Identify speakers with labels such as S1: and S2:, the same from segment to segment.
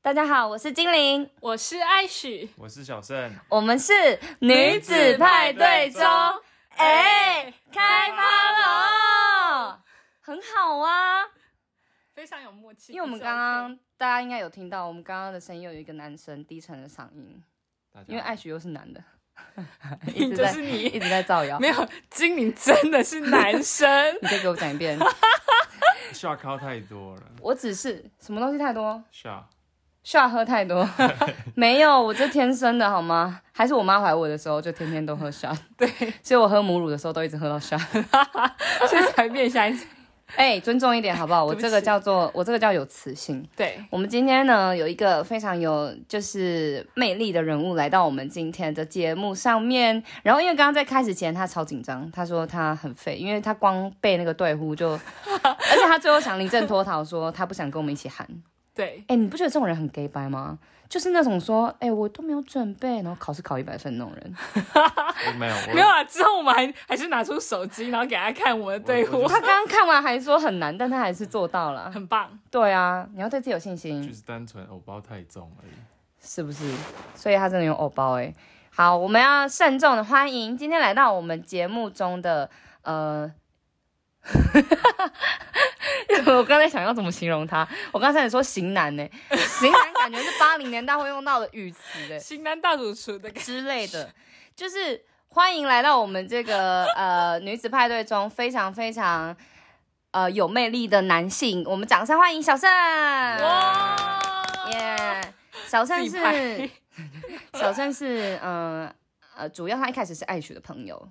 S1: 大家好，我是精灵，
S2: 我是艾许，
S3: 我是小盛，
S1: 我们是女子派对中，哎、开趴喽，很好啊，
S2: 非常有默契。
S1: 因为我们刚刚大家应该有听到，我们刚刚的声音又有一个男生低沉的嗓音，
S3: 大家
S1: 因为艾许又是男的，
S2: 你
S1: 一直
S2: 就
S1: 在
S2: 是
S1: 一
S2: 你，
S1: 直在造谣，，
S2: 没有精灵真的是男生
S1: 你再给我讲一遍，
S3: 下靠太多了，
S1: 我只是什么东西太多，
S3: 下
S1: 下喝太多， 没有，我这天生的好吗？还是我妈怀我的时候就天天都喝 下，
S2: 对，
S1: 所以我喝母乳的时候都一直喝 到下。
S2: 所以才变相。
S1: 哎、尊重一点好不好？我
S2: 对不起
S1: 这个叫做我这个叫有磁性。
S2: 对，
S1: 我们今天呢有一个非常有就是魅力的人物来到我们今天的节目上面，然后因为刚刚在开始前他超紧张，他说他很废，因为他光背那个队呼就， 而且他最后想临阵脱逃说他不想跟我们一起喊。
S2: 对，
S1: 哎、你不觉得这种人很 gay 白吗？就是那种说，哎、我都没有准备，然后考试考一百分那种人。
S3: 我没有，我
S2: 没有啊。之后我们还还是拿出手机，然后给他看我们的队
S3: 我
S2: 伍
S3: 我就，
S1: 他刚刚看完还说很难，但他还是做到了。
S2: 很棒。
S1: 对啊，你要对自己有信心。
S3: 就是单纯偶包太重而已。
S1: 是不是？所以他真的有偶包哎、好，我们要慎重的欢迎今天来到我们节目中的呃， 我刚才想要怎么形容他，我刚才说型男呢、型男感觉是八零年代会用到的语词哎、
S2: 型男大主厨的感
S1: 之类的，就是欢迎来到我们这个呃女子派对中非常非常呃有魅力的男性，我们掌声欢迎小盛。
S2: 觉，哇，
S1: 耶、小盛
S2: 自己
S1: 啊是
S2: 拍
S1: 小盛是嗯呃主要他一开始是爱许的朋友，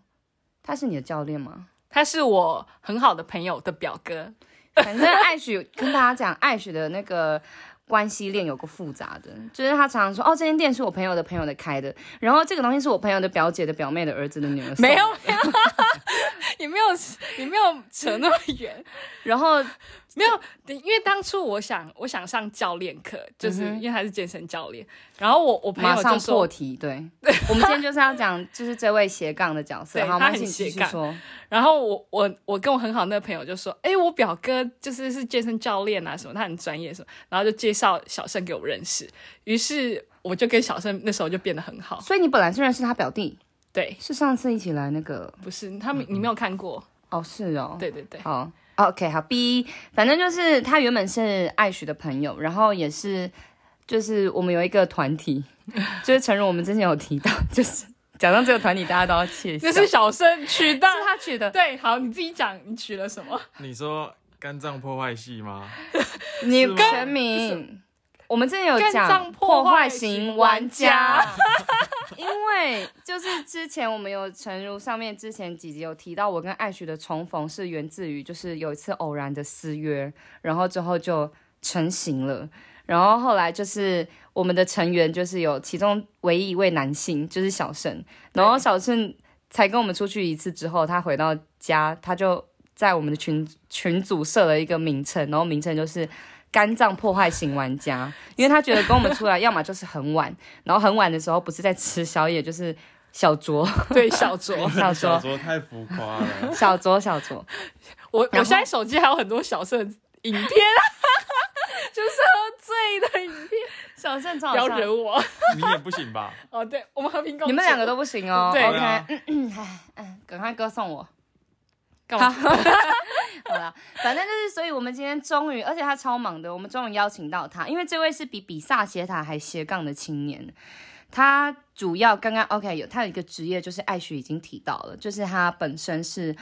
S1: 他是你的教练 吗？
S2: 他是我很好的朋友的表哥，
S1: 反正爱许跟大家讲，爱许的那个。关系链有个复杂的，就是他常常说，哦，这间店是我朋友的朋友的开的，然后这个东西是我朋友的表姐的表妹的儿子的女儿，
S2: 没 有，没有，也没有也没有扯那么远。
S1: 然后
S2: 没有，因为当初我想我想上教练课，就是
S1: 嗯哼
S2: 因为他是健身教练，然后我我朋
S1: 马
S2: 友
S1: 上
S2: 就
S1: 破
S2: 说，
S1: 题，对， 我们今天就是要讲，就是这位斜杠的角色，
S2: 对
S1: 好，我
S2: 他
S1: 们
S2: 很
S1: 请继
S2: 斜
S1: 续
S2: 杠
S1: 说，
S2: 然后我我我跟我很好的那个朋友就说，哎，我表哥就是是健身教练啊什么，他很专业什么，然后就介绍小盛给我认识，于是我就跟小盛那时候就变得很好，
S1: 所以你本来是认识他表弟，
S2: 对，
S1: 是上次一起来那个，
S2: 不是他们你没有看过，
S1: 嗯哦，是哦，
S2: 对对对，
S1: 好，OK，好，B，反正就是他原本是艾许的朋友，然后也是就是我们有一个团 体，就是诚如我们之前有提到，就是讲到这个团体，大家都要 窃笑。
S2: 那是小盛取代。
S1: 是他取的，
S2: 对，好，你自己讲，你取了什么？
S3: 你说肝脏破坏系吗？
S1: 你
S3: 是吗
S1: 全名。我们之前有
S2: 肝
S1: 讲
S2: 脏破
S1: 坏
S2: 坏
S1: 型
S2: 型
S1: 玩
S2: 玩
S1: 家
S2: 家，
S1: 因为就是之前我们有诚如上面之前几集有提到，我跟艾许的重逢是源自于就是有一次偶然的私约，然后之后就成型了。然后后来就是我们的成员就是有其中唯一一位男性就是小盛，然后小盛才跟我们出去一次之后，他回到家他就在我们的群群组设了一个名称，然后名称就是肝脏破坏型玩家，因为他觉得跟我们出来，要么就是很晚，然后很晚的时候不是在吃宵夜，就是小 酌、
S2: 对，小卓，
S1: 小
S3: 小
S1: 酌、
S3: 卓太浮夸了，
S1: 小酌、小酌。
S2: 我
S1: 然后
S2: 我现在手机还有很多小盛影片，啊 就是喝醉的影片。
S1: 小盛超
S2: 不
S1: 好
S2: 要
S1: 笑，
S2: 惹我。
S3: 你也不行吧？
S2: 哦，对，我们和平共处。
S1: 你们两个都不行哦。
S2: 对
S1: OK，
S3: 啊
S1: 嗯嗯，哎嗯，赶快歌送我。
S2: 干嘛？
S1: 好了，反正就是，所以我们今天终于，而且他超忙的，我们终于邀请到他，因为这位是比比萨斜塔还斜杠的青年，他主要刚刚 OK 有他有一个职业，就是艾许已经提到了，就是他本身是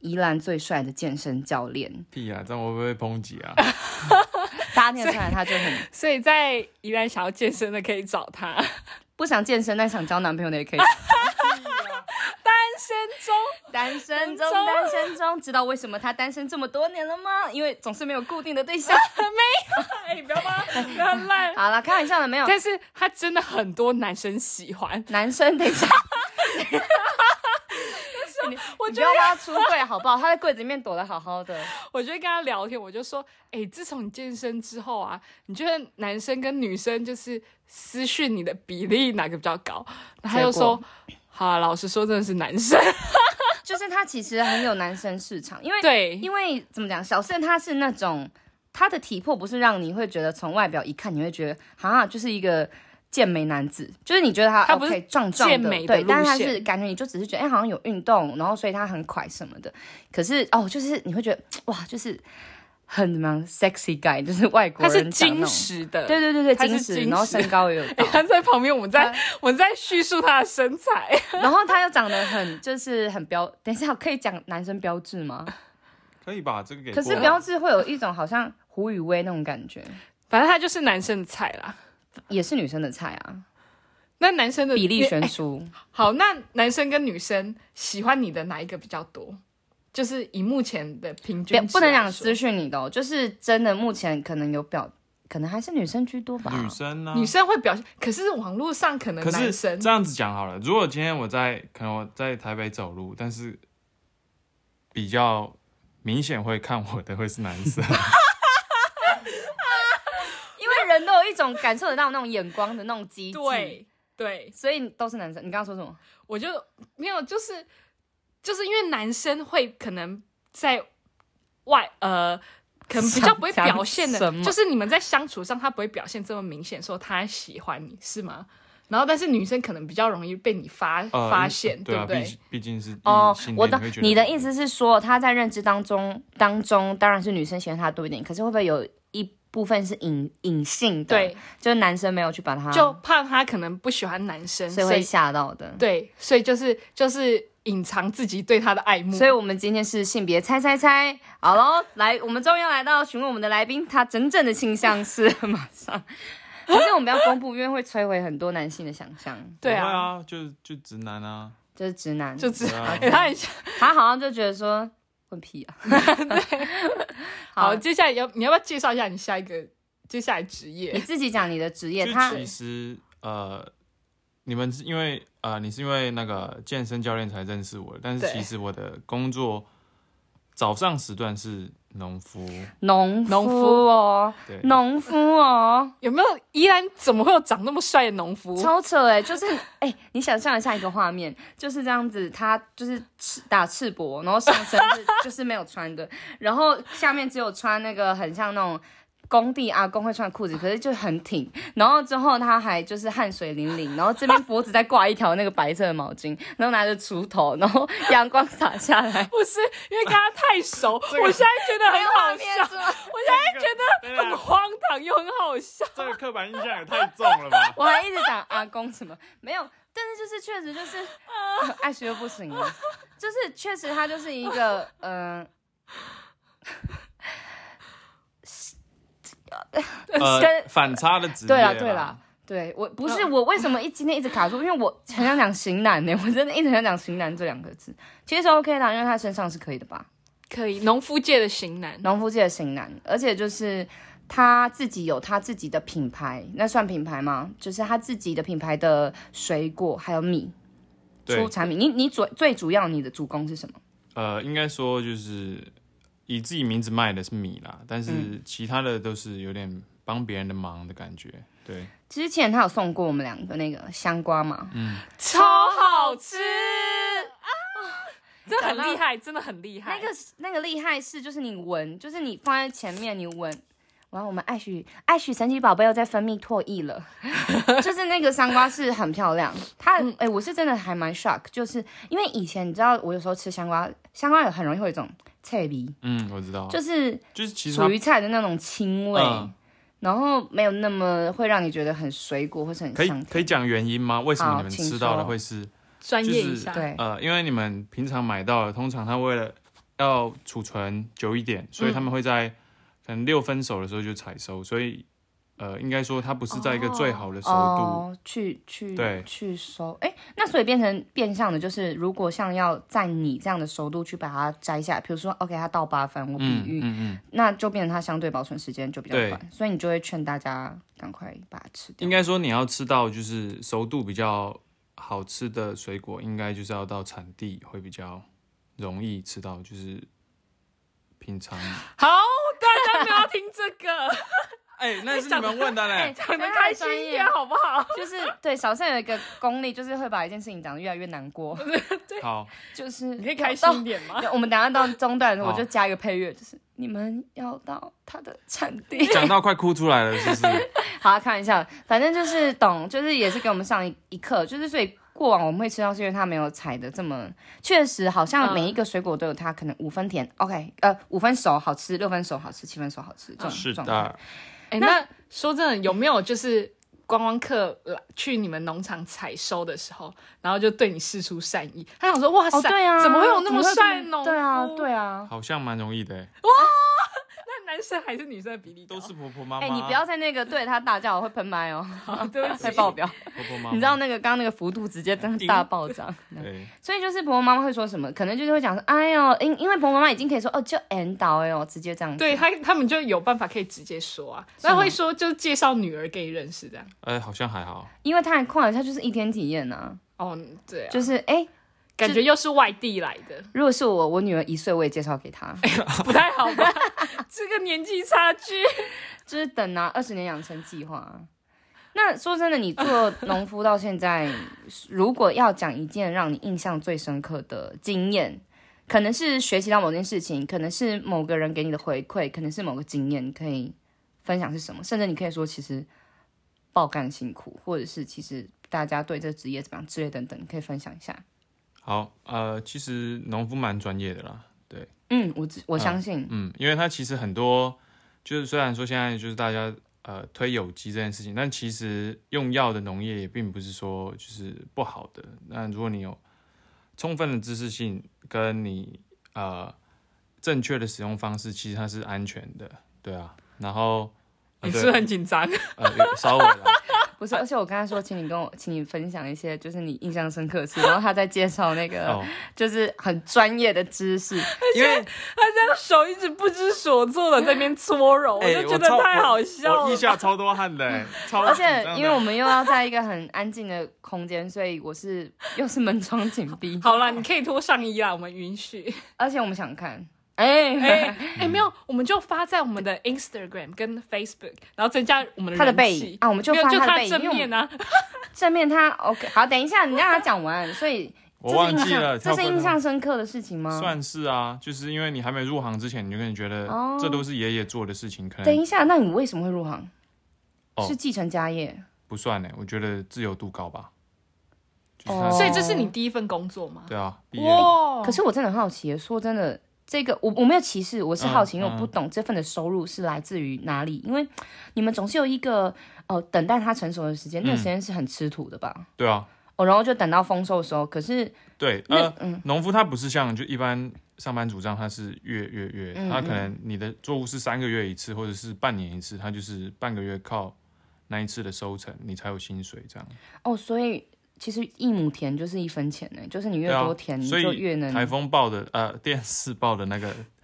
S1: 宜兰最帅的健身教练，
S3: 屁啊，这样我会不会抨击啊？
S1: 大家听得出来他就很
S2: 所以在宜兰想要健身的可以找他。
S1: 不想健身，但想交男朋友的也可以。
S2: 单身中，
S1: 单身中，
S2: 单身
S1: 单身中，知道为什么他单身这么多年了吗？因为总是没有固定的对象。
S2: 哎，不要帮他，不要烂。
S1: 好了，开玩笑的，没有。
S2: 但是他真的很多男生喜欢，
S1: 男生，等一 下。你
S2: 我
S1: 你
S2: 觉
S1: 不
S2: 得
S1: 要让他出柜好不好？他在柜子里面躲得好好的。
S2: 我就跟他聊天，我就说，哎、自从你健身之后啊，你觉得男生跟女生就是私讯你的比例哪个比较高？然后他就
S1: 结
S2: 说，好、啊，老实说，真的是 男生。
S1: 就是他其实很有男生市场，因为
S2: 对，
S1: 因为怎么讲，小盛他是那种他的体魄不是让你会觉得从外表一看你会觉得啊，就是一个健美男子，就是你觉得他
S2: 他不是
S1: OK 壮壮的，
S2: 健美的
S1: 对，
S2: 路
S1: 但是他
S2: 线
S1: 是感觉你就只是觉得哎、好像有运动，然后所以他很快什么的。可是哦，就是你会觉得哇，就是很怎么样 sexy guy，就是外国
S2: 他是
S1: 人讲那
S2: 金
S1: 种，
S2: 石的，
S1: 对对对对，
S2: 他是
S1: 金石，
S2: 金
S1: 然后
S2: 石
S1: 身高也有
S2: 哎
S1: 到，
S2: 他在旁边，我们在我们在叙述他的身材，
S1: 然后他又长得很就是很标，等一下可以讲男生标志 吗？
S3: 可以把这个给
S1: 可
S3: 过吧。啊
S1: 是标志会有一种好像胡宇威那种感觉，
S2: 反正他就是男生的菜啦。
S1: 也是女生的菜啊，
S2: 那男生的
S1: 比例悬
S2: 哎
S1: 殊。
S2: 好，那男生跟女生喜欢你的哪一个比较多？就是以目前的平均
S1: 别
S2: 值来说，
S1: 不能讲私讯你的、哦，就是真的目前可能有表，可能还是女生居多吧。
S3: 女生呢、
S2: 女生会表现，可是网络上可能
S3: 可
S2: 男
S3: 是
S2: 生
S3: 这样子讲好了，如果今天我在可能我在台北走路，但是比较明显会看我的会是男生，
S1: 因为人都有一种感受得到那种眼光的那种机制，，
S2: 对对，
S1: 所以都是男生。你刚刚说什么？
S2: 我就没有，就是就是因为男生会可能在外呃。可能比较不会表现的
S1: 想什，么
S2: 就是你们在相处上，他不会表现这么明显，说他喜欢你是吗？然后，但是女生可能比较容易被你发、
S3: 呃，
S1: 嗯
S2: 发现，
S3: 对啊，
S2: 不对？
S3: 毕竟毕竟是
S1: 哦
S3: 异嗯性，
S1: 我
S3: 恋
S1: 懂
S3: 会觉得
S1: 你的意思是说，他在认知当中当中，当然是女生喜欢他多一点，可是会不会有一部分是隐隐性的？
S2: 对，，
S1: 就是男生没有去把他，
S2: 就怕他可能不喜欢男生，
S1: 嗯所以
S2: 所
S1: 会
S2: 以
S1: 吓到的。
S2: 对，所以就是就是隐藏自己对他的爱慕。
S1: 所以，我们今天是性别猜猜猜，好喽，来，我们终于要来到询问我们的来宾，他真正的性向是马上，可是我们不要公布，因为会摧毁很多男性的想象，
S2: 对
S3: 不会
S2: 啊，
S3: 啊，就就直男啊，
S1: 就是直男，
S2: 就只
S3: 对啊
S2: 哎他很像
S1: 他好像就觉得说问屁 啊，好
S2: 好。
S1: 嗯
S2: 接下来要你要不要介绍一下你下一个接下来职
S1: 你
S2: 业？
S1: 自己讲你的职业，
S3: 就
S1: 他
S3: 其实呃，你们是因为呃，你是因为那个健身教练才认识我的，但是
S2: 对
S3: 其实我的工作早上时段是农夫，
S1: 农
S2: 农夫
S1: 夫哦，
S3: 对，
S1: 农夫哦，
S2: 有没有依然怎么会有长那么帅的农夫？，
S1: 超扯哎！就是哎、你想象一下一个画面，就是这样子，他就是赤打赤膊，然后上身是就是没有穿的，然后下面只有穿那个很像那种。工地阿公会穿的裤子，可是就很挺。然后之后他还就是汗水淋漓，然后这边脖子再挂一条那个白色的毛巾，然后拿着锄头，然后阳光洒下来
S2: 不是因为跟他太熟， 我现在觉得 很好笑，
S1: 是吗？。
S2: 我现在觉
S3: 对
S2: 得很
S3: 啊，
S2: 荒唐又很好笑。
S3: 这个刻板印象也太重了吧
S1: 我还一直讲阿公什么没有，但是就是确实就是，呃爱学又不行了，就是确实他就是一个嗯。呃
S3: 呃，反差的职业，
S1: 对啦，对啦，，对我不是
S2: 嗯
S1: 我为什么一今天一直卡住？因为我很想讲型男呢、我真的一直很想讲型男这两个字，其实 OK 啦，因为他身上是可以的吧，
S2: 可以，农夫界的型男，
S1: 农夫界的型男，而且就是他自己有他自己的品牌，那算品牌吗？就是他自己的品牌的水果还有米
S3: 对
S1: 出，产品，你你主最主要你的主攻是什么？
S3: 呃，应该说就是以自己名字卖的是米啦，但
S1: 嗯
S3: 是其他的都是有点帮别人的忙的感觉，对，
S1: 之前他有送过我们两个那个香瓜嘛，
S3: 嗯
S2: 超好吃啊！真的很厉害，真的很厉害。
S1: 那个那个厉害是就是你闻，就是你放在前面你闻。哇，我们艾许艾许神奇宝贝又在分泌唾液 了，就是那个香瓜是很漂亮。它
S3: 嗯
S1: 哎、我是真的还蛮 shock，就是因为以前你知道我有时候吃香瓜，香瓜有很容易会有一种菜鼻，
S3: 嗯，我知道，
S1: 就是
S3: 就是其实它
S1: 属于菜的那种青味，
S3: 嗯
S1: 然后没有那么会让你觉得很水果或是很
S3: 可以
S1: 香甜。
S3: 可以讲原因吗？为什么
S1: 好
S3: 你们
S1: 请
S3: 吃到的
S1: 说
S3: 会是
S2: 专业一下，
S1: 对，
S3: 呃，因为你们平常买到的，通常它为了要储存久一点，所以他们会在可能六分熟的时候就采收，所以呃，应该说它不是在一个最好的熟度。
S1: 哦，去去
S3: 对
S1: 去收，哎，那所以变成变相的，就是如果像要在你这样的熟度去把它摘下来，比如说 OK，它到八分，我比
S3: 嗯
S1: 喻，
S3: 嗯嗯，
S1: 那就变成它相对保存时间就比较
S3: 对
S1: 短，所以你就会劝大家赶快把它吃掉。
S3: 应该说你要吃到就是熟度比较好吃的水果，应该就是要到产地会比较容易吃到，就是平常
S2: 好，大家不要听这个。
S3: 哎，那是你们问的
S1: 哎
S3: 嘞。
S2: 讲的开心一点好不好？
S1: 就是对小胜有一个功力，就是会把一件事情讲得越来越难过，
S3: 好，
S1: 就是
S2: 你可以开心一点吗？
S1: 我们等一下到中段的时候，
S3: 好
S1: 我就加一个配乐，就是你们要到他的产地。
S3: 讲到快哭出来了，是不是？
S1: 好，看一下，反正就是懂，就是也是给我们上一一课，就是所以过往我们会吃到，是因为它没有采的这么，确实好像
S2: 嗯
S1: 每一个水果都有它可能五分甜、o k 呃，五分熟好吃，六分熟好吃，七分熟好吃这种
S3: 啊是
S1: 状态。
S3: 的，
S2: 哎、那说真的，有没有就是观光客来去你们农场采收的时候，然后就对你示出善意？他想说，哇塞，
S1: 哦，对啊，
S2: 怎么会有那
S1: 怎
S2: 么
S1: 会
S2: 帅哦农夫？
S1: 对啊，对 啊。
S3: 好像蛮容易的，欸
S2: 那男生还是女生的比例高
S3: 都是婆婆妈妈。啊
S1: 哎、你不要在那个对他大叫，我会喷麦哦，
S2: 好，对不起
S1: 会，爆表。
S3: 婆婆妈妈，
S1: 你知道那个刚刚那个幅度直接真的大暴涨。
S3: 对，
S1: 所以就是婆婆妈妈会说什么，可能就是会讲说，哎呦，因因为婆婆妈妈已经可以说哦，就 end 到哎呦，直接这样子。
S2: 对他他们就有办法可以直接说啊，那会说就是介绍女儿给你认识这样。
S3: 呃，好像还好。
S1: 因为太快了，它就是一天体验呐、啊，
S2: 哦，对啊，
S1: 就是哎、
S2: 感觉又是外地来的，
S1: 如果是我，我女儿一岁，我也介绍给她，
S2: 不太好吧？这个年纪差距，
S3: 啊
S1: 就是等啊，二十年养成计划啊。那说真的，你做农夫到现在，如果要讲一件让你印象最深刻的经验，可能是学习到某件事情，可能是某个人给你的回馈，可能是某个经验，你可以分享是什么？甚至你可以说，其实爆干辛苦，或者是其实大家对这职业怎么样之类等等，你可以分享一下。
S3: 好，呃，其实农夫蛮专业的啦，
S1: 嗯，我知我相信，
S3: 嗯，因为它其实很多，就是虽然说现在就是大家呃推有机这件事情，但其实用药的农业也并不是说就是不好的。那如果你有充分的知识性，跟你呃正确的使用方式，其实它是安全的，对啊。然后呃
S2: 你
S3: 对
S2: 是不是很紧张？
S3: 呃稍 微啦，
S1: 不是，而且我刚才说，请你跟我，请你分享一些就是你印象深刻的事，然后他在介绍那个、
S3: 哦，
S1: 就是很专业的知识，
S3: 因为
S2: 手一直不知所措的在那边搓揉，
S3: 哎
S2: 我就觉
S3: 超
S2: 得太好笑
S3: 我腋
S2: 了。
S3: 下超多汗 的、欸，超
S1: 而
S3: 紧张
S1: 且
S3: 的
S1: 因为我们又要在一个很安静的空间，所以我是又是门窗紧闭，
S2: 好啦，你可以脱上衣啦，我们允许。
S1: 而且我们想看，哎、
S2: 哎、
S3: 嗯
S2: 哎、没有，我们就发在我们的 Instagram 跟 Facebook，然后增加我们的
S1: 他的
S2: 人
S1: 背
S2: 气
S1: 影啊我们就
S2: 没有
S1: 发
S2: 就
S1: 他的
S2: 他
S1: 背影因为
S2: 正
S1: 我们
S2: 面啊，
S1: 正面他 OK，好，等一下你让他讲完，所以
S3: 我忘记了，
S1: 这是印象这是
S3: 跳过
S1: 印
S3: 它
S1: 象深刻的事情吗？
S3: 算是啊，就是因为你还没入行之前，你就可能觉得
S1: 哦
S3: 这都是爷爷做的事情，可
S1: 等
S3: 能
S1: 一下，那你为什么会入行？
S3: 哦
S1: 是继承家业，
S3: 不算欸呢。我觉得自由度高吧，就是
S1: 哦
S3: 他
S2: 所以这是你第一份工作吗？
S3: 对啊，毕业
S2: 哇，
S1: 可是我真的很好奇耶，说真的，这个我我没有歧视，我是好奇，
S3: 嗯
S1: 因为我不懂这份的收入是来自于哪里，因为你们总是有一个呃等待它成熟的时
S2: 嗯
S1: 间，那个时间是很吃土的吧？
S3: 对啊，
S1: 哦，然后就等到丰收的时候，可是
S3: 对呃，
S1: 嗯
S3: 农夫他不是像就一般上班族这样，他是月月月，
S1: 嗯
S3: 他可能你的作物是三个月一次，或者是半年一次，他就是半个月靠那一次的收成，你才有薪水这样。
S1: 哦，所以其实一亩田就是一分钱呢，就是你越
S3: 对啊
S1: 多田，你
S3: 所以
S1: 就越能
S3: 台风报的呃电视报的那个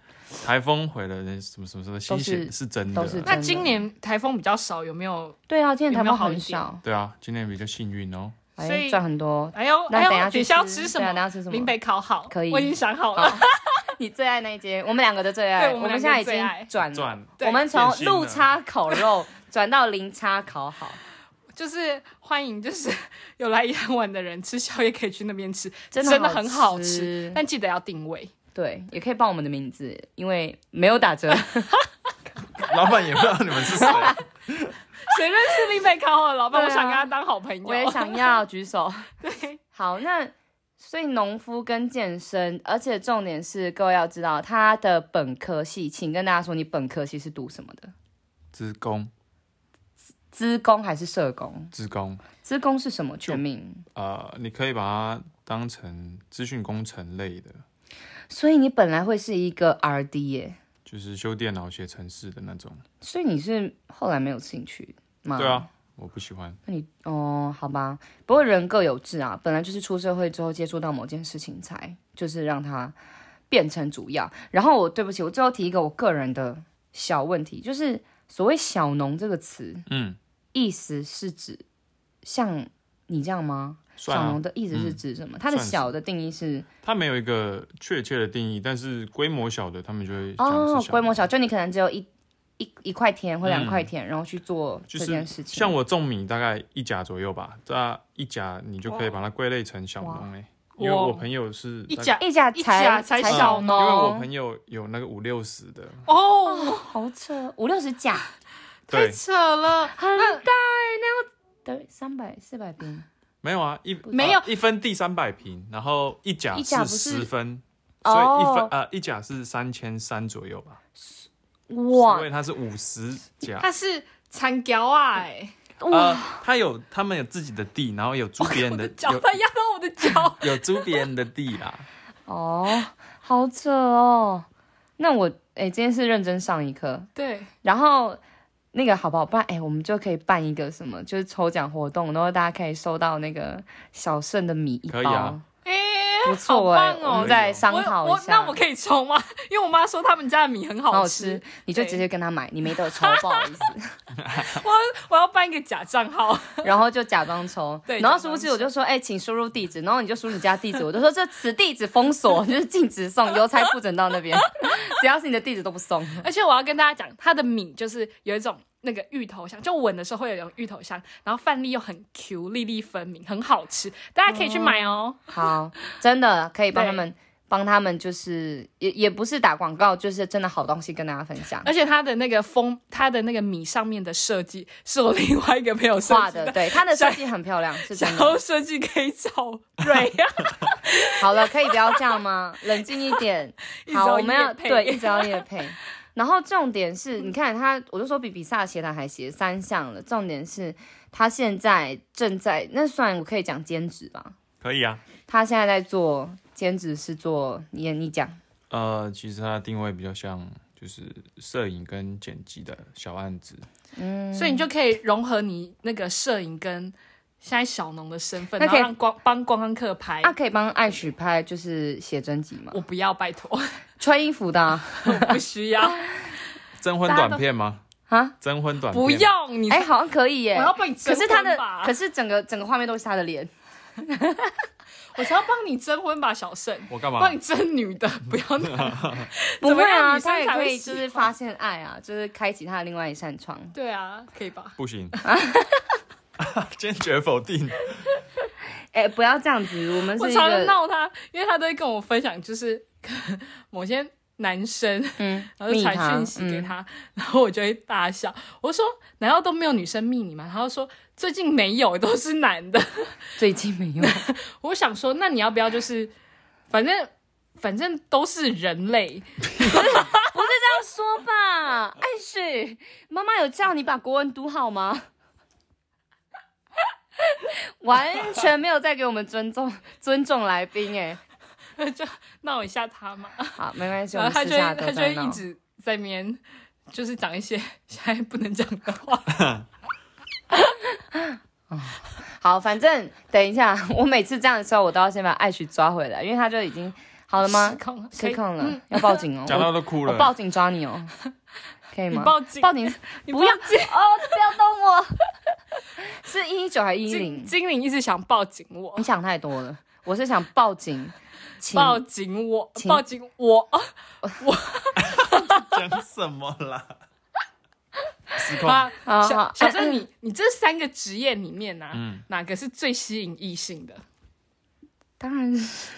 S3: 台风毁了人什么什么什么
S1: 都
S3: 心
S1: 是
S3: 血是真的
S1: 都是
S3: 啊，
S2: 那今年台风比较少，有没有？
S1: 对啊，今年
S2: 有
S1: 台
S2: 没有
S1: 风
S2: 好一
S1: 很
S2: 点
S1: 少，
S3: 对啊，今年比较幸运哦。
S2: 所
S1: 哎，
S2: 以
S1: 赚很多。
S2: 哎呦，
S1: 那
S2: 哎呦，
S1: 等一下去
S2: 等一下要吃什
S1: 对啊
S2: 么？
S1: 等一下吃什么
S2: 林北烤好，
S1: 可以
S2: 我已经想好了。
S1: 你最爱那一间，我们两个的最爱，
S2: 对我
S1: 我
S2: 们两个
S1: 现在已
S2: 最爱
S1: 经转了，
S3: 转
S2: 对
S1: 我们从
S3: 变心了
S1: 路叉烤肉转到零叉烤好。
S2: 就是欢迎，就是有来宜兰玩的人吃宵夜可以去那边吃，
S1: 真
S2: 真
S1: 的
S2: 很
S1: 好
S2: 好
S1: 吃
S2: 吃，但记得要定位。
S1: 对，也可以报我们的名字，因为没有打折。
S3: 老板也不知道你们是谁，
S2: 谁认识林北烤好的老板？
S1: 对啊
S2: 我想跟他当好朋友。
S1: 我也想要举手。对，好，那所以农夫跟健身，而且重点是各位要知道他的本科系，请跟大家说你本科系是读什么的？
S3: 职工，
S1: 资工还是社工？
S3: 职工，
S1: 资工是什么全名？
S3: 呃，你可以把它当成资讯工程类的，
S1: 所以你本来会是一个 R D 耶，
S3: 就是修电脑、写程式的那种。
S1: 所以你是后来没有兴趣吗？
S3: 对啊，我不喜欢。
S1: 那你哦，好吧，不过人各有志啊，本来就是出社会之后接触到某件事情才就是让它变成主要。然后我对不起，我最后提一个我个人的小问题，就是所谓“小农”这个词，
S3: 嗯，
S1: 意思是指像你这样吗？
S3: 算
S1: 小
S3: 啊
S1: 农，的意思是指什么？它的“
S3: 算是
S1: 小”的定义是
S3: 它没有一个确切的定义，但是规模小的，他们就会讲是
S1: 哦，
S3: 小
S1: 规模小，就你可能只有一一一块田或两块田，然后去做
S3: 嗯就
S1: 这件
S3: 是
S1: 事情。
S3: 像我种米大概一甲左右吧，大一甲你就可以把它归类成小农哎、因为
S2: 哇
S3: 我朋友是
S2: 一
S3: 大概
S2: 甲
S1: 一甲
S2: 一
S1: 才
S2: 甲才
S3: 嗯
S2: 小
S1: 农，
S3: 因为我朋友有那个五六十的，
S2: 哦，
S1: 好扯，五六十甲，
S2: 太
S3: 对，
S2: 扯了。
S1: 很大欸那要得三百四百平，
S3: 没有啊，一
S2: 没有
S3: 啊一分地三百平，然后一甲
S1: 一甲不是
S3: 十分，
S1: 哦
S3: 所以一分啊一甲是三千三左右吧，
S1: 哇
S3: 因为它是五十甲，
S2: 他是残胶啊、哎，
S3: 呃，他有他们有自己的地，然后 有租别人
S2: 我
S3: 的
S2: 的脚，他压到我的脚。
S3: 有有租别人的地啦，
S1: 哦，好扯哦。那我哎、今天是认真上一课，
S2: 对，
S1: 然后那个好不好？不然哎、我们就可以办一个什么，就是抽奖活动，然后大家可以收到那个小盛的米一包，
S3: 可以啊
S2: 哎、
S1: 不
S2: 好
S1: 错哎、
S2: 棒
S1: 我
S2: 哦
S1: 们！再商讨
S2: 我
S1: 一
S2: 我
S1: 下。
S2: 那我可以抽吗？ 因为我妈说他们家的米很
S1: 很
S2: 好
S1: 好吃，你就
S2: 对
S1: 直接跟他买，你没得抽，不好意思。
S2: 我我要办一个假账号，
S1: 然后就假装抽，
S2: 对
S1: 然后
S2: 假
S1: 殊不知
S2: 装
S1: 我就说，哎、请输入地址，然后你就输入你家地址，我就说这此地址封锁，就是禁止送，邮差不准到那边， 只要是你的地址都不送。
S2: 而且我要跟大家讲，它的米就是有一种那个芋头香，就闻的时候会有一种芋头香，然后饭粒又很 Q，粒粒分明，很好吃，大家可以去买哦。
S1: 好，真的可以帮
S2: 对
S1: 他们，帮他们就是也也不是打广告，就是真的好东西跟大家分享。
S2: 而且它的那个封，它的那个米上面的设计是我另外一个朋友设
S1: 画
S2: 计
S1: 的
S2: 的，
S1: 对，它的设计很漂亮，是真
S2: 然
S1: 的
S2: 后。设计可以找瑞啊，
S1: 好了，可以不要这样吗？冷静一点。
S2: 一直
S1: 好，
S2: 要
S1: 我们要
S2: 业配
S1: 对一直要夜 配。然后重点是，你看他，我就说比比萨斜塔还斜三项了。重点是他现在正在，那算我可以讲兼职吧。
S3: 可以啊。
S1: 他现在在做兼职是做你你讲
S3: 呃，其实它的定位比较像就是摄影跟剪辑的小案子，
S2: 所以你就可以融合你那个摄影跟现在小农的身份，
S1: 那
S2: 然
S1: 可以
S2: 后让光帮观光客拍。
S1: 啊，可以帮艾许拍就是写真集吗？
S2: 我不要，拜托，
S1: 穿衣服的 啊，
S2: 我不 需要，
S3: 征婚
S2: 大家
S3: 短片吗？
S1: 啊
S3: 征婚短片
S2: 不用你。
S1: 哎、好像可以耶
S2: 我。要帮你
S1: 可
S2: 征
S1: 是他的
S2: 婚吧，
S1: 可是整个整个画面都是他的脸，
S2: 我才要帮你征婚吧，小盛。
S3: 我干嘛？
S2: 帮你征女的，不要拿。
S1: 不
S2: 怎
S1: 会
S2: 么
S1: 啊，
S2: 样女生
S1: 他也
S2: 才
S1: 可
S2: 会
S1: 以
S2: 喜
S1: 就是发现爱啊，就是开启他的另外一扇窗。
S2: 对啊，可以吧？
S3: 不行， 坚决否定。
S1: 哎、不要这样子，我们
S2: 我
S1: 是一
S2: 常常
S1: 个
S2: 闹他，因为他都会跟我分享，就是 可能某些男生，
S1: 嗯
S2: 然后就传讯息给
S1: 嗯
S2: 他，然后我就会大笑。我说：“难道都没有女生密你吗？”他就说：“最近没有，都是男的。
S1: 最近没 有，”
S2: 我想说，那你要不要就是，反正反正都是人类，
S1: 不是这样说吧？艾雪，妈妈有叫你把国文读好吗？ 完全没有再给我们尊重尊重来宾哎、
S2: 就闹一下他嘛。
S1: 好，没关系，我
S2: 然后
S1: 们私
S2: 他就会
S1: 下都
S2: 他就会
S1: 在闹
S2: 一。直在那边，就是讲一些 现在不能讲的话。
S1: 好，反正等一下，我每次这样的时候，我都要先把艾雪抓回来，因为他就已经好了吗
S2: 失？控了，可
S1: 失
S2: 以嗯
S1: 控了，要报警哦！
S3: 讲到都哭
S1: 我
S3: 了
S1: 我。报警抓你哦，可以
S2: 你
S1: 吗？
S2: 报警，
S1: 报警
S2: 你
S1: 不
S2: 报
S1: 要
S2: 警。
S1: 哦，不要动我！ 是一一九还是一一
S2: 精
S1: 零？
S2: 精灵一直想报警我
S1: 你，想太多了，我是想报警，请
S2: 报警我，
S1: 请
S2: 报警我，
S3: 讲什么啦？失控。
S2: 啊！
S1: 好
S2: 小
S1: 好
S2: 小郑，你你这三个职业里面呢、
S3: 嗯
S2: 哪个是最吸引异 性的？
S1: 当然是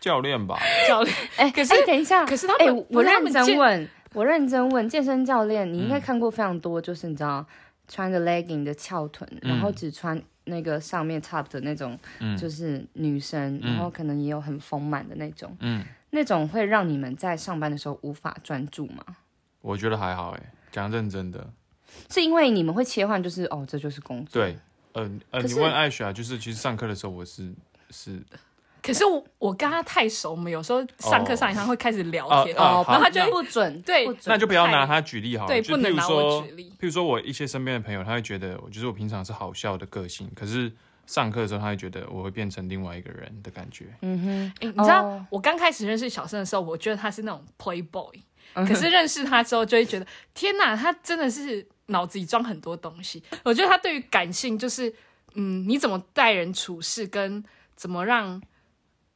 S3: 教练吧，
S2: 教练，
S1: 哎，
S2: 可是
S1: 哎等一下，
S2: 可是他
S1: 哎，
S2: 们，
S1: 我
S2: 不是他
S1: 认
S2: 们
S1: 真
S2: 健，
S1: 问，我认真问，健身教练，你应
S3: 嗯
S1: 该看过非常多，就是你知道穿着 legging 的翘臀，
S3: 嗯
S1: 然后只穿。那个上面 top 的那种，
S3: 嗯
S1: 就是女生，
S3: 嗯
S1: 然后可能也有很丰满的那种，
S3: 嗯，
S1: 那种会让你们在上班的时候无法专注吗？
S3: 我觉得还好哎、讲认真的，
S1: 是因为你们会切换，就是哦，这就是工作，
S3: 对，呃呃，
S1: 可
S3: 你
S1: 是
S3: 问艾雪啊，就是其实上课的时候我是是
S2: 可是我我跟他太熟，我们有时候上课
S3: 哦
S2: 上一堂会开始聊
S3: 啊
S2: 天。
S3: 啊
S1: 哦，
S3: 好
S1: 然后
S2: 他就会
S1: 不准，
S2: 对
S1: 不准
S3: 那就不要
S2: 太
S3: 拿他举例好了，
S2: 对
S3: 就
S2: 不能
S3: 譬如
S2: 拿
S3: 说
S2: 我举例
S3: 譬如说我一些身边的朋友，他会觉得我就是我平常是好笑的个性，可是上课的时候他会觉得我会变成另外一个人的感觉。
S1: 嗯
S2: 哎、你知道、
S1: 哦嗯
S2: 我刚开始认识小盛的时候，我觉得他是那种 playboy，、可是认识他之后，就会觉得天哪，他真的是脑子里装很多东西。我觉得他对于感性，就是嗯，你怎么待人处事，跟怎么让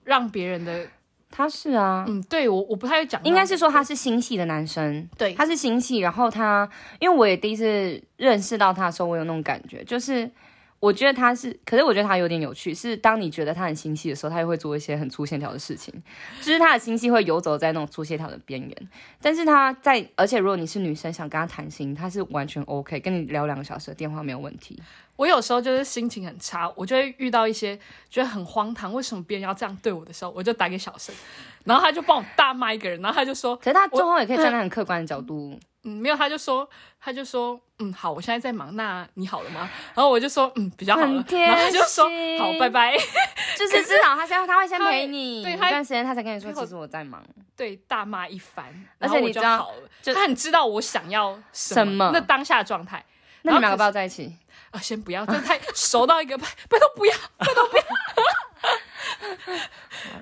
S2: 让别人的
S1: 他是啊，
S2: 嗯，对我我不太会讲到，
S1: 应该是说他是新系的男生，
S2: 对
S1: 他是新系，然后他，因为我也第一次认识到他的时候，我有那种感觉，就是我觉得他是，可是我觉得他有点有趣，是当你觉得他很心细的时候，他又会做一些很粗线条的事情，就是他的心细会游走在那种粗线条的边缘，但是他在，而且如果你是女生想跟他谈心，他是完全 OK，跟你聊两个小时的电话没有问题，
S2: 我有时候就是心情很差，我就会遇到一些觉得很荒唐，为什么别人要这样对我的时候，我就打给小盛，然后他就帮我大骂一个人，然后他就说，
S1: 可是他最后也可以站在很客观的角度，
S2: 嗯，没有，他就说，他就说，嗯，好，我现在在忙，那你好了吗？然后我就说，嗯，比较好了
S1: 很，贴
S2: 然后他就说，
S1: 心
S2: 好，拜拜。
S1: 就是至少他先他会先陪你
S2: 对
S1: 一
S2: 他
S1: 段时间，他才跟你说
S2: 最后
S1: 其实我在忙。
S2: 对，大骂一番，
S1: 而且
S2: 然后我
S1: 你
S2: 就
S1: 知道
S2: 好了，
S1: 就
S2: 他很知道我想要
S1: 什
S2: 什
S1: 么
S2: 那当下状态。
S1: 那你们
S2: 然
S1: 两
S2: 后
S1: 个
S2: 可
S1: 抱在一起，
S2: 啊，先不要，这太熟到一个，拜 拜托不要。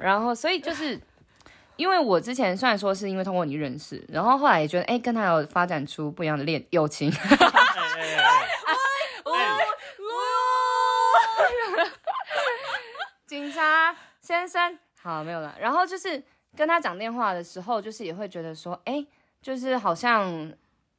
S1: 然后所以就是。因为我之前虽然说是因为通过你认识，然后后来也觉得哎、跟他有发展出不一样的恋友情，
S3: 哎哎哎
S1: 警察先生，好没有了。然后就是跟他讲电话的时候，就是也会觉得说，哎，就是好像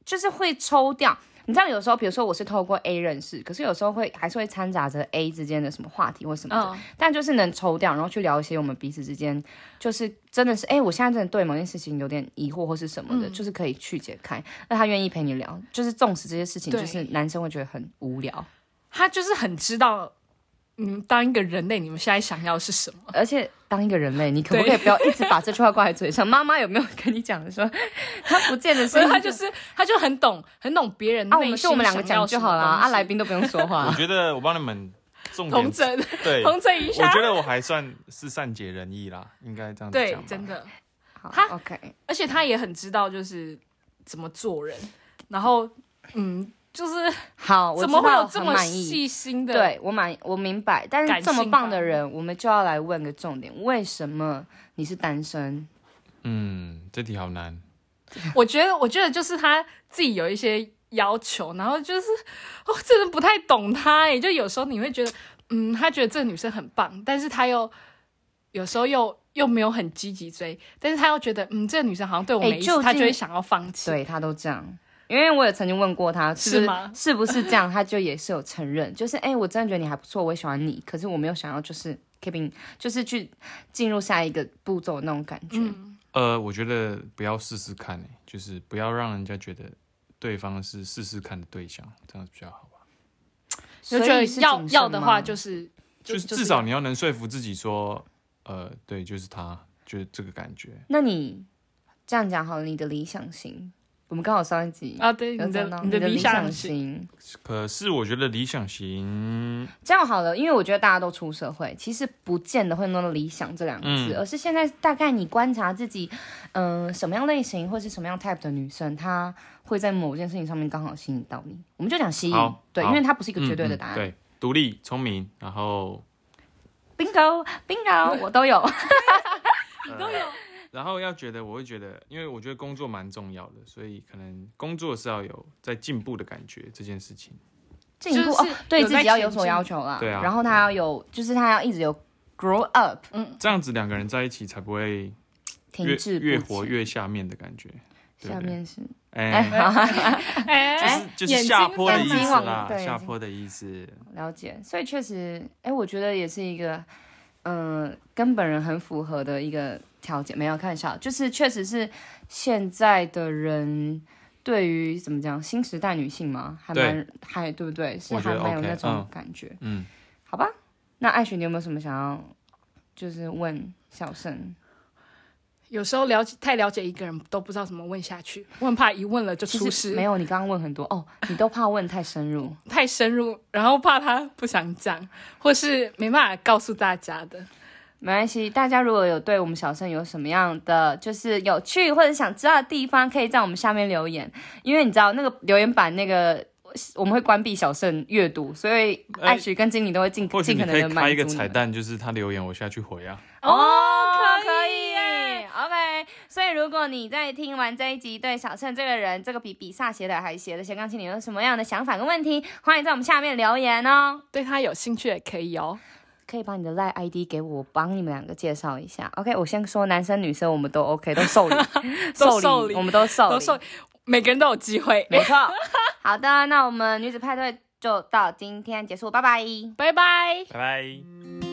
S1: 就是会抽掉。你知道有时候，比如说我是透过 A 认识，可是有时候会还是会掺杂着 A 之间的什么话题或什么的，
S2: 嗯
S1: 但就是能抽掉，然后去聊一些我们彼此之间，就是真的是，哎，我现在真的对某件事情有点疑惑或是什么
S2: 嗯
S1: 的，就是可以去解开。那他愿意陪你聊，就是纵使这些事情，
S2: 对
S1: 就是男生会觉得很无聊，
S2: 他就是很知道，嗯，当一个人类，你们现在想要的是什么？
S1: 而且当一个人类，你可不可以不要一直把这句话挂在嘴上？妈妈有没有跟你讲说，他不见 得
S2: 所
S1: 是
S2: 以他就是，他就很懂，很懂别人
S1: 啊，我
S2: 内
S1: 们
S2: 心
S1: 就我们两个
S2: 想要
S1: 讲就好啦，
S2: 什么东
S1: 啊，
S2: 西
S1: 来宾都不用说
S3: 哎我
S1: 话。
S3: 觉得我帮你们重
S2: 同
S3: 点
S2: 整，
S3: 对，
S2: 同整一
S3: 我
S2: 下
S3: 觉。得我还算是善解人意啦，应该这样子
S2: 对
S3: 讲，吧
S2: 真。的，
S1: 好
S2: 哈
S1: ，OK，
S2: 而且他也很知道就是怎么做人，然后嗯，就是
S1: 好，哦我
S2: 怎么
S1: 知
S2: 会
S1: 道
S2: 有这
S1: 很
S2: 么
S1: 满意？
S2: 细心的？，
S1: 对我满我明白，但
S2: 感
S1: 是这
S2: 性
S1: 么棒
S2: 吧
S1: 的人，我们就要来问个重点：为什么你是单身？
S3: 嗯，这题好难。
S2: 我觉得，我觉得就是他自己有一些要求，然后就是哦，真的不太懂他哎，就有时候你会觉得，嗯，他觉得这个女生很棒，但是他又有时候又又没有很积极追，但是他又觉得，嗯，这个女生好像对我
S1: 哎
S2: 没意
S1: 究
S2: 思，
S1: 竟
S2: 他就会想要放弃。
S1: 对他都这样。因为我也曾经问过他，
S2: 是
S1: 是不
S2: 吗
S1: 是不是这样？他就也是有承认，就是哎、我真的觉得你还不错，我也喜欢你，可是我没有想要就是 keeping，就是去进入下一个步骤那种感觉。
S2: 嗯
S3: 呃，我觉得不要试试看、欸，就是不要让人家觉得对方是试试看的对象，这样子比较好吧。
S1: 所
S2: 就
S1: 以
S2: 觉得
S1: 是
S2: 要
S1: 谨慎
S2: 要的话
S1: 吗
S2: 就是。
S3: 就
S2: 就是就
S3: 至少你要能说服自己说，呃，对，就是他，就是这个感
S2: 嗯
S3: 觉。
S1: 那你这样讲好了，你的理想型，我们刚好上一集
S2: 啊，对，
S1: 有
S2: 你
S1: 讲
S2: 的
S1: 到
S2: 你的
S1: 理
S2: 理
S1: 想
S2: 想型，
S1: 型。
S3: 可是我觉得理想型，
S1: 这样好了，因为我觉得大家都出社会，其实不见得会弄到理想这两个字，
S3: 嗯
S1: 而是现在大概你观察自己，嗯、什么样类型或是什么样 type 的女生，她会在某件事情上面刚好吸引到你。我们就讲吸引
S3: 好，
S1: 对，
S3: 好
S1: 因为它不是一个绝对的
S3: 嗯嗯
S1: 答案。
S3: 对，独立、聪明，然后
S1: bingo
S3: 嗯
S1: bingo，我都 有。
S3: 都有。然后要觉得，我会觉得，因为我觉得工作蛮重要的，所以可能工作是要有在进步的感觉这件事情。
S1: 进一步、
S2: 就是
S1: 哦，对
S2: 有
S1: 自
S2: 在
S1: 己要
S2: 前
S1: 有所
S2: 进
S1: 要求啦。
S3: 对啊
S1: 然后她要有，就是她要一直有 grow up，
S3: 这样子两个人在一起才不会
S1: 停
S3: 越
S1: 滞不
S3: 越
S1: 前
S3: 活越下面的感觉。对
S1: 下
S3: 不对
S1: 面是
S3: 哎、
S2: 哎，
S3: 就是就
S2: 眼睛
S3: 是下坡的
S1: 眼
S3: 意
S1: 睛
S3: 思
S1: 往
S3: 啦，
S1: 对
S3: 下坡的意思。
S1: 了解，所以确实，哎，我觉得也是一个，嗯、跟本人很符合的一个条件。没有看笑，就是确实是现在的人对于怎么讲新时代女性嘛，还蛮还对不对？是
S3: 我觉
S1: 还
S3: 得
S1: 蛮有
S3: OK，
S1: 那种
S3: 嗯
S1: 感觉。
S3: 嗯，
S1: 好吧，那艾雪，你有没有什么想要就是问小盛？
S2: 有时候了解太了解一个人都不知道怎么问下去，我很怕一问了就
S1: 其
S2: 出
S1: 实
S2: 事，
S1: 没有，你刚刚问很多哦，你都怕问太深入。
S2: 太深入，然后怕他不想讲，或是没办法告诉大家的。
S1: 没关系，大家如果有对我们小盛有什么样的就是有趣或者想知道的地方，可以在我们下面留言，因为你知道那个留言板那个我们会关闭小盛阅读，所以
S3: 呃
S1: 艾许跟经理都会尽
S3: 或许
S1: 尽
S3: 你
S1: 可能
S3: 可
S1: 的
S3: 以
S1: 满足
S3: 开一个
S1: 你
S3: 彩蛋，就是他留言我下去回啊。
S1: 哦，可
S2: 可
S1: 以
S2: 以耶
S1: OK，所以如果你在听完这一集，对小盛这个人，这个比比萨斜的还斜的斜杠青年有什么样的想法跟问题，欢迎在我们下面留言哦。
S2: 对他有兴趣也可以哦。
S1: 可以把你的赖 ID 给我，我帮你们两个介绍一下。OK，我先说男生女生我们都 OK，都 受理，
S2: 都
S1: 受
S2: 受理
S1: 我们都受理，
S2: 都受，每个人都有机会。
S1: 没错。 好的，那我们女子派对就到今天结束，拜拜。
S2: 拜拜。
S3: 拜拜。